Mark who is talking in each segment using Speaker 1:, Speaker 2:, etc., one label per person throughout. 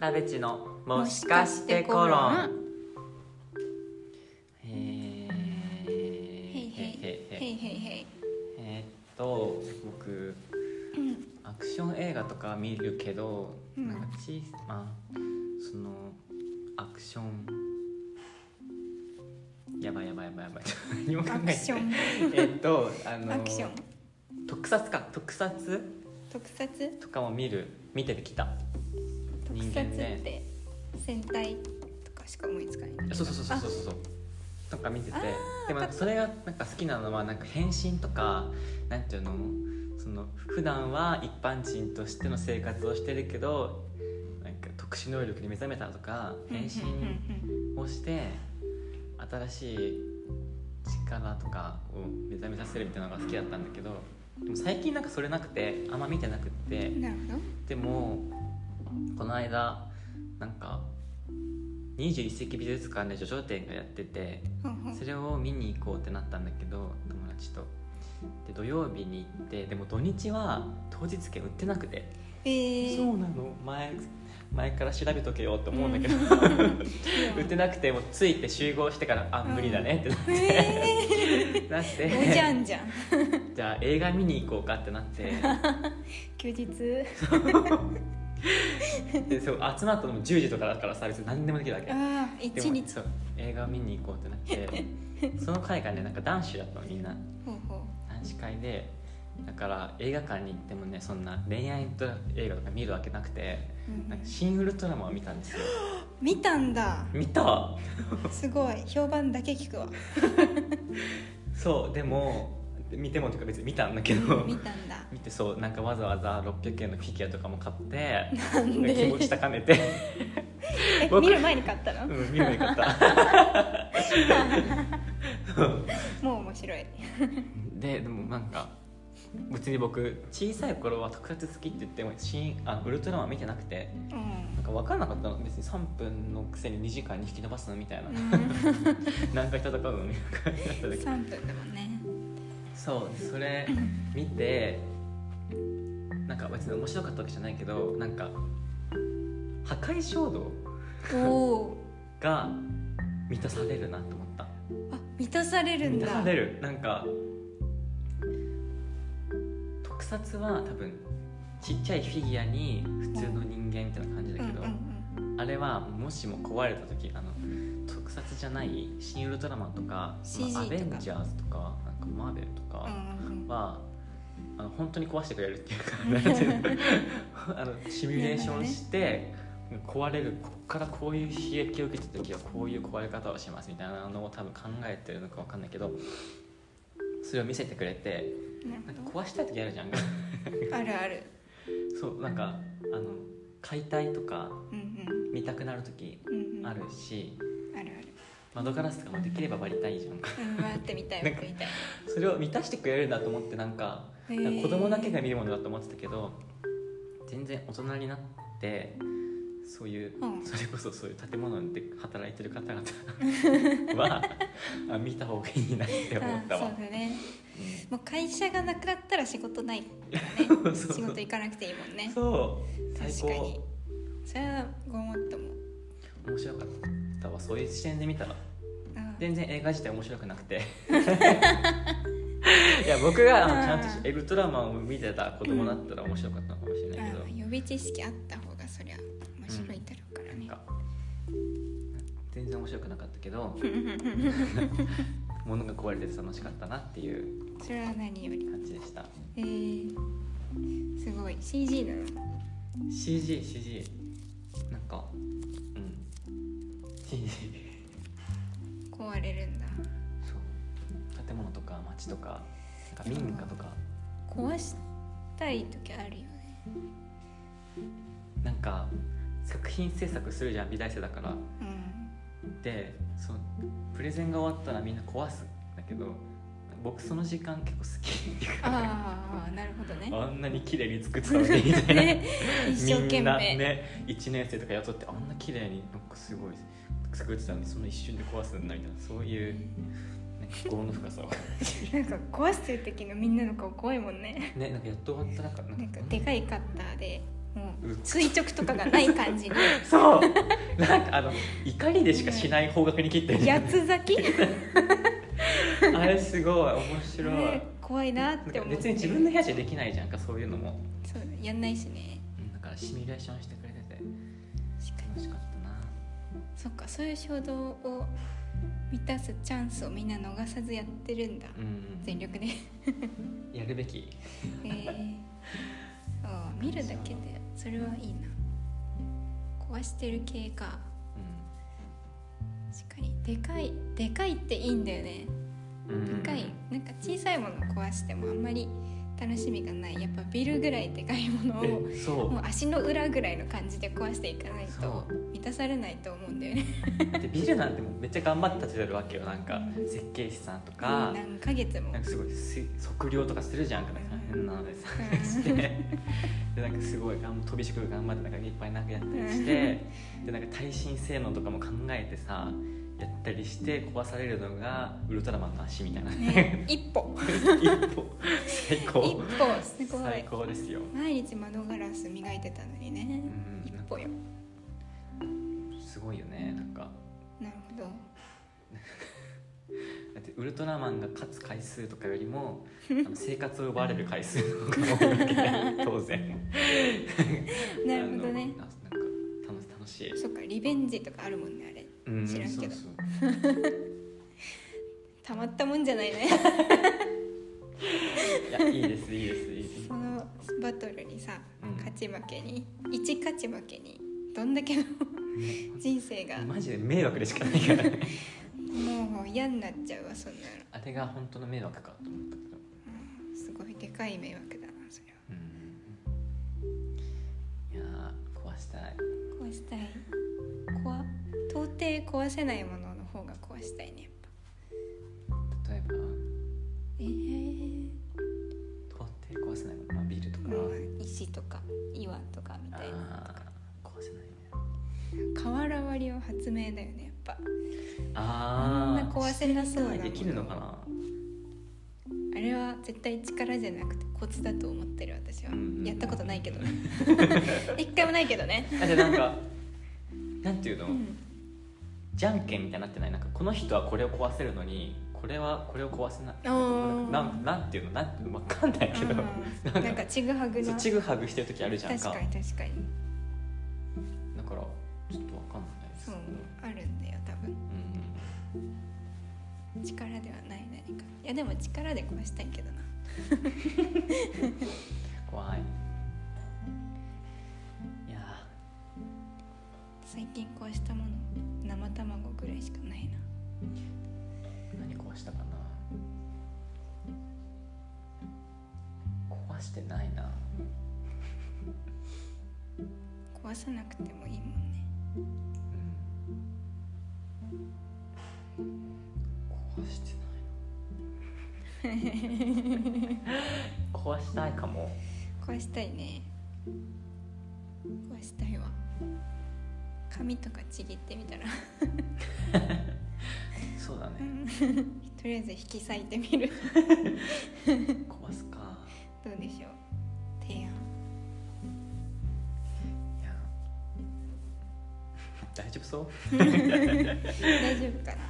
Speaker 1: ラベチのもしかしてコロン。へー
Speaker 2: へいへいへ
Speaker 1: へーへ
Speaker 2: いへ
Speaker 1: ー
Speaker 2: いへい
Speaker 1: えーっと僕アクション映画とか見るけど、
Speaker 2: うん
Speaker 1: なんか小さまあそのアクションやばいやばいやばいやばい何も考え
Speaker 2: ア
Speaker 1: て
Speaker 2: クション
Speaker 1: えーっとあの
Speaker 2: アクション
Speaker 1: 特撮か特撮
Speaker 2: 特撮
Speaker 1: とかも見る見てきた
Speaker 2: 特
Speaker 1: 人
Speaker 2: 撮
Speaker 1: 間
Speaker 2: っ
Speaker 1: ね
Speaker 2: て戦隊とかしか思いつかないんだけど
Speaker 1: そうそうそうそうそうそうなんか見てて
Speaker 2: あー
Speaker 1: でも
Speaker 2: わかった
Speaker 1: それがなんか好きなのはなんか変身とかなんていうのその普段は一般人としての生活をしてるけどなんか特殊能力に目覚めたとか変身をして新しい力とかを目覚めさせるみたいなのが好きだったんだけどでも最近なんかそれなくてあんま見てなくって
Speaker 2: なるほど
Speaker 1: でもこの間なんか21世紀美術館で叙々展がやってて
Speaker 2: ほうほう
Speaker 1: それを見に行こうってなったんだけど友達とで土曜日に行ってでも土日は当日券売ってなくて、
Speaker 2: えー
Speaker 1: そうなの前前から調べとけよって思うんだけど、売ってなくてもう着いて集合してからあ
Speaker 2: うん
Speaker 1: 無理だねってなっ
Speaker 2: え
Speaker 1: て なって
Speaker 2: ーおじゃんじゃん
Speaker 1: じゃあ映画見に行こうかってなって
Speaker 2: 休日
Speaker 1: でそう集まったのも10時とかだからさ別に何でもできるわけ。
Speaker 2: ああ
Speaker 1: で
Speaker 2: 一
Speaker 1: も
Speaker 2: 日
Speaker 1: そう映画見に行こうってなって その会がねなんか男子だったのみんな
Speaker 2: ほうほ
Speaker 1: 男子会でだから映画館に行ってもねそんな恋愛ドラ映画とか見るわけなくて
Speaker 2: ううん
Speaker 1: なんか新ウルトラマンを見たんですよ
Speaker 2: 見たんだ
Speaker 1: 見た
Speaker 2: すごい評判だけ聞くわ
Speaker 1: そうでも見てもというか別に見たんだけど
Speaker 2: 見たんだ
Speaker 1: 見てそうなんかわざわざ600円のフィギュアとかも買って
Speaker 2: なんで
Speaker 1: 気持ち高めて、
Speaker 2: え
Speaker 1: 僕
Speaker 2: 見る前に買った
Speaker 1: う
Speaker 2: の
Speaker 1: ん、見ればよかった
Speaker 2: もう面白い
Speaker 1: ででもなんか別に僕小さい頃は特撮好きって言っても新あのウルトラマン見てなくて
Speaker 2: うん
Speaker 1: なんか分からなかったの別に3分のくせに2時間に引き伸ばすのみたいな、
Speaker 2: うん
Speaker 1: 何回戦うのみたいな感じだったんだけど
Speaker 2: 3分だもんね
Speaker 1: そうそれ見てなんか別に面白かったわけじゃないけどなんか破壊衝動
Speaker 2: おお
Speaker 1: が満たされるなと思った
Speaker 2: あ満たされるん
Speaker 1: 満
Speaker 2: だ
Speaker 1: たされるなんか特撮は多分ちっちゃいフィギュアに普通の人間みたいな感じだ
Speaker 2: うんう
Speaker 1: け
Speaker 2: ん
Speaker 1: ど、
Speaker 2: うん
Speaker 1: あれはもしも壊れた時あの特撮じゃない「新ウルトラマン」とか「
Speaker 2: CG
Speaker 1: まあア
Speaker 2: とか
Speaker 1: ベンジャーズ」とか「なんかマーベル」と
Speaker 2: う
Speaker 1: か
Speaker 2: んうんうん
Speaker 1: は、あの本当に壊してくれるってい うかあのシミュレーションして、壊れるここからこういう刺激を受けた時はこういう壊れ方をしますみたいなのを多分考えてるのかわかんないけどそれを見せてくれて
Speaker 2: なる
Speaker 1: なん
Speaker 2: ほ
Speaker 1: か壊したい時あるじゃん
Speaker 2: どあるある
Speaker 1: そうなんかあの解体とか
Speaker 2: うん
Speaker 1: 見たくなる時
Speaker 2: うんうんうん
Speaker 1: あるし。
Speaker 2: あるある
Speaker 1: 窓ガラスとかもできれば割りたいじゃん
Speaker 2: うん回ってみたい
Speaker 1: なん
Speaker 2: 回
Speaker 1: か
Speaker 2: ってみたい
Speaker 1: それを満たしてくれるんだと思ってなんか
Speaker 2: へ
Speaker 1: なん
Speaker 2: ー
Speaker 1: か子供だけが見るものだと思ってたけど全然大人になってそういう、
Speaker 2: うん
Speaker 1: それこそそういう建物で働いてる方々 はあ見た方がいいなって思った
Speaker 2: あ
Speaker 1: わ
Speaker 2: そうだね
Speaker 1: う
Speaker 2: もう会社がなくなったら仕事ないから
Speaker 1: ん
Speaker 2: ね
Speaker 1: そう
Speaker 2: 仕事行かなくていいもんね
Speaker 1: そう最
Speaker 2: 確かに
Speaker 1: 高
Speaker 2: それはごもっとも
Speaker 1: 面白かったわそういう視点で見たら
Speaker 2: うん
Speaker 1: 全然映画自体面白くなく ていや僕があのちゃんとウルトラマンを見てた子供だったら面白かったのかもしれないけど、
Speaker 2: あ予備知識あった方がそりゃ面白いだろうから
Speaker 1: なん
Speaker 2: ね
Speaker 1: か全然面白くなかったけど物が壊れて楽しかったなっていう
Speaker 2: それは何より
Speaker 1: 感じでした
Speaker 2: えー、すごい CG なの
Speaker 1: CGCG なんかうん CG
Speaker 2: 壊れるんだ
Speaker 1: そう建物とか街とかなんか民家とか
Speaker 2: 壊したい時あるよね
Speaker 1: なんか作品制作するじゃん美大生だから
Speaker 2: うん
Speaker 1: でそのプレゼンが終わったらみんな壊すんだけど僕その時間結構好き
Speaker 2: ああなるほど ね
Speaker 1: あんなに綺麗に作ってたのにみた いな、
Speaker 2: ね一生懸
Speaker 1: みんな
Speaker 2: 命
Speaker 1: ね1年生とか雇ってあんな綺麗になんかすごい作ってたのにその一瞬で壊すんだみたいなそういうなんか業の深さを
Speaker 2: なんか 壊してる時のみんなの顔怖いもんね
Speaker 1: ねなんかやっと終わったなんかなんか
Speaker 2: なんかでかいカッターでもう垂直とかがない感 じに
Speaker 1: そうなんかあの怒りでしかしない方角に切ってる
Speaker 2: 八つ咲き、
Speaker 1: あれすごい面白い、
Speaker 2: ね、怖いなっ
Speaker 1: なん
Speaker 2: て
Speaker 1: か
Speaker 2: 思って
Speaker 1: 別に自分の部屋じゃできないじゃんかそういうのも
Speaker 2: そうだやんないしね
Speaker 1: うんだからシミュレーションしてくれてて
Speaker 2: 確か
Speaker 1: 楽
Speaker 2: に
Speaker 1: しかったな
Speaker 2: そっかそういう衝動を満たすチャンスをみんな逃さずやってるんだ、
Speaker 1: うん
Speaker 2: 全 力でへ
Speaker 1: やるべき
Speaker 2: えああ見るだけでそれはいいな壊してる系か確かにでかいでかいっていいんだよね
Speaker 1: うん
Speaker 2: でかいなんか小さいもの壊してもあんまり楽しみがないやっぱビルぐらいでかいものを
Speaker 1: えそう
Speaker 2: もう足の裏ぐらいの感じで壊していかないと
Speaker 1: そ
Speaker 2: 満たされないと思うんだよね
Speaker 1: でビルなんてもうめっちゃ頑張って建ててるわけよなんか設計士さんとか
Speaker 2: 何ヶ月も
Speaker 1: なんかすごいす測量とかするじゃんかなんか変なのでさして でなんかすごいがん飛び職頑張ってなんかいっぱいなんかやったりしてでなんか耐震性能とかも考えてさやったりして壊されるのがウルトラマンの足みたいな、
Speaker 2: ね一歩
Speaker 1: 一歩最
Speaker 2: 一
Speaker 1: 高
Speaker 2: 歩すごい
Speaker 1: 最高ですよ、
Speaker 2: 毎日窓ガラス磨いてたのにね
Speaker 1: うん
Speaker 2: 一歩よ
Speaker 1: すごいよねなんか
Speaker 2: なるほど
Speaker 1: だってウルトラマンが勝つ回数とかよりも あの生活を奪われる回数の方が多いわけね 当然
Speaker 2: なるほどね
Speaker 1: あのあなんか楽し楽しい、
Speaker 2: そっかリベンジとかあるもんねあれ
Speaker 1: うん、
Speaker 2: 知らんけど
Speaker 1: そうそう
Speaker 2: たまったもんじゃないね
Speaker 1: いやいいですいいですいいです
Speaker 2: そのバトルにさ
Speaker 1: うん
Speaker 2: 勝ち負けに一勝ち負けにどんだ けの人生 がも
Speaker 1: マジで迷惑でしかないからね
Speaker 2: う嫌になっちゃうわそんなの
Speaker 1: あれが本当の迷惑かと思ったけど、
Speaker 2: すごいでかい迷惑だなそれは
Speaker 1: うん、いやー壊したい
Speaker 2: 壊したい壊到底壊せないものの方が壊したいねやっぱ
Speaker 1: 例えば
Speaker 2: えー、
Speaker 1: 到底壊せないもの、まあ、ビルとか
Speaker 2: まあ石とか岩とかみ
Speaker 1: あ
Speaker 2: たいな
Speaker 1: ー壊せないね
Speaker 2: 瓦割りは発明だよねやっぱあ
Speaker 1: あ
Speaker 2: んな
Speaker 1: あ
Speaker 2: 壊せなそうなもの
Speaker 1: できるのかな
Speaker 2: あれは絶対力じゃなくてコツだと思ってる私は、
Speaker 1: うんうんうん
Speaker 2: やったことない けどね一回もないけどね、
Speaker 1: だってなんかなんていうの、
Speaker 2: うん、
Speaker 1: じゃんけんみたいになってないなんかこの人はこれを壊せるのにこれはこれを壊せない
Speaker 2: あー
Speaker 1: なんなんていうのなんていうの分かんないけど
Speaker 2: あーなんかちぐはぐ
Speaker 1: そ
Speaker 2: な
Speaker 1: うち
Speaker 2: 確
Speaker 1: ぐはぐしてる時あるじゃ
Speaker 2: か
Speaker 1: ん
Speaker 2: に
Speaker 1: か
Speaker 2: 確かに
Speaker 1: だからちょっと分かんないです
Speaker 2: そう
Speaker 1: ね
Speaker 2: あるんだよ多分力ではない何かいやでも力で壊したいけどな
Speaker 1: うん怖いいや
Speaker 2: 最近壊したもの生卵ぐらいしかないな
Speaker 1: ー何壊したかな壊してないな
Speaker 2: 壊さなくてもいいもんね
Speaker 1: うん壊して ないな壊したいかも
Speaker 2: 壊したいね壊したいわ髪とかちぎってみたら
Speaker 1: そうだ
Speaker 2: う
Speaker 1: ね
Speaker 2: ん とりあえず引き裂いてみる
Speaker 1: 壊すか
Speaker 2: どうでしょう提案
Speaker 1: いや大丈夫そう
Speaker 2: 大丈夫かな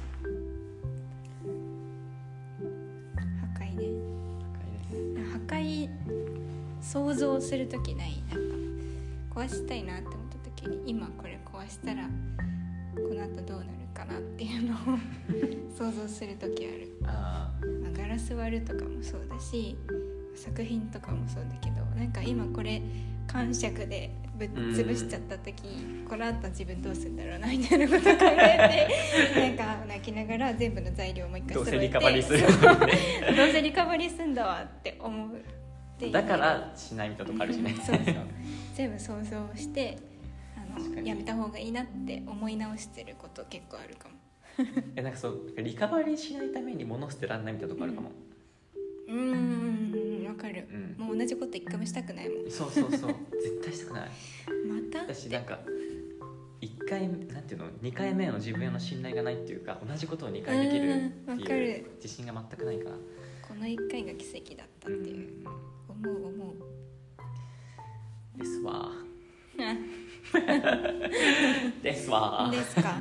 Speaker 2: 破壊ね
Speaker 1: 高いです
Speaker 2: 破壊想像する時ないなんか壊したいなって思った時に今これ壊したらこの後どうなるかなっていうのを 想像する時ある
Speaker 1: ああ
Speaker 2: まあガラス割るとかもそうだし作品とかもそうだけどなんか今これ感触でぶっ潰しちゃった時、これあった自分どうするんだろうなみたいなこと考えて なんか泣きながら全部の材料をもう一回
Speaker 1: どう
Speaker 2: 揃えて
Speaker 1: せリカバリーする
Speaker 2: そう
Speaker 1: もんね
Speaker 2: どうせリカバリーすんだわって思うっていう
Speaker 1: だからしないみたいなとこあるしね
Speaker 2: そうそ う全部想像してあ
Speaker 1: 確か
Speaker 2: の
Speaker 1: に
Speaker 2: やめた方がいいなって思い直してること結構あるかも
Speaker 1: えなんかそうリカバリーしないために物捨てらんないみたいなとこあるかも、
Speaker 2: うーんわかる、
Speaker 1: うん
Speaker 2: もう同じこと一回もしたくないもん
Speaker 1: そうそうそう 絶対したくない
Speaker 2: またって
Speaker 1: 私なんか1回なんていうの2回目の自分への信頼がないっていうか同じことを2回できる
Speaker 2: うん
Speaker 1: って
Speaker 2: わか
Speaker 1: いう
Speaker 2: る
Speaker 1: 自信が全くないから
Speaker 2: この1回が奇跡だったっていう、思う思う
Speaker 1: ですわですわ
Speaker 2: ですか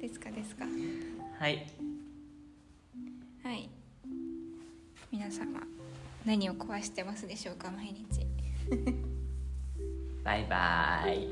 Speaker 2: ですかですか
Speaker 1: はい
Speaker 2: はい皆様何を壊してますでしょうか毎日
Speaker 1: バイバイ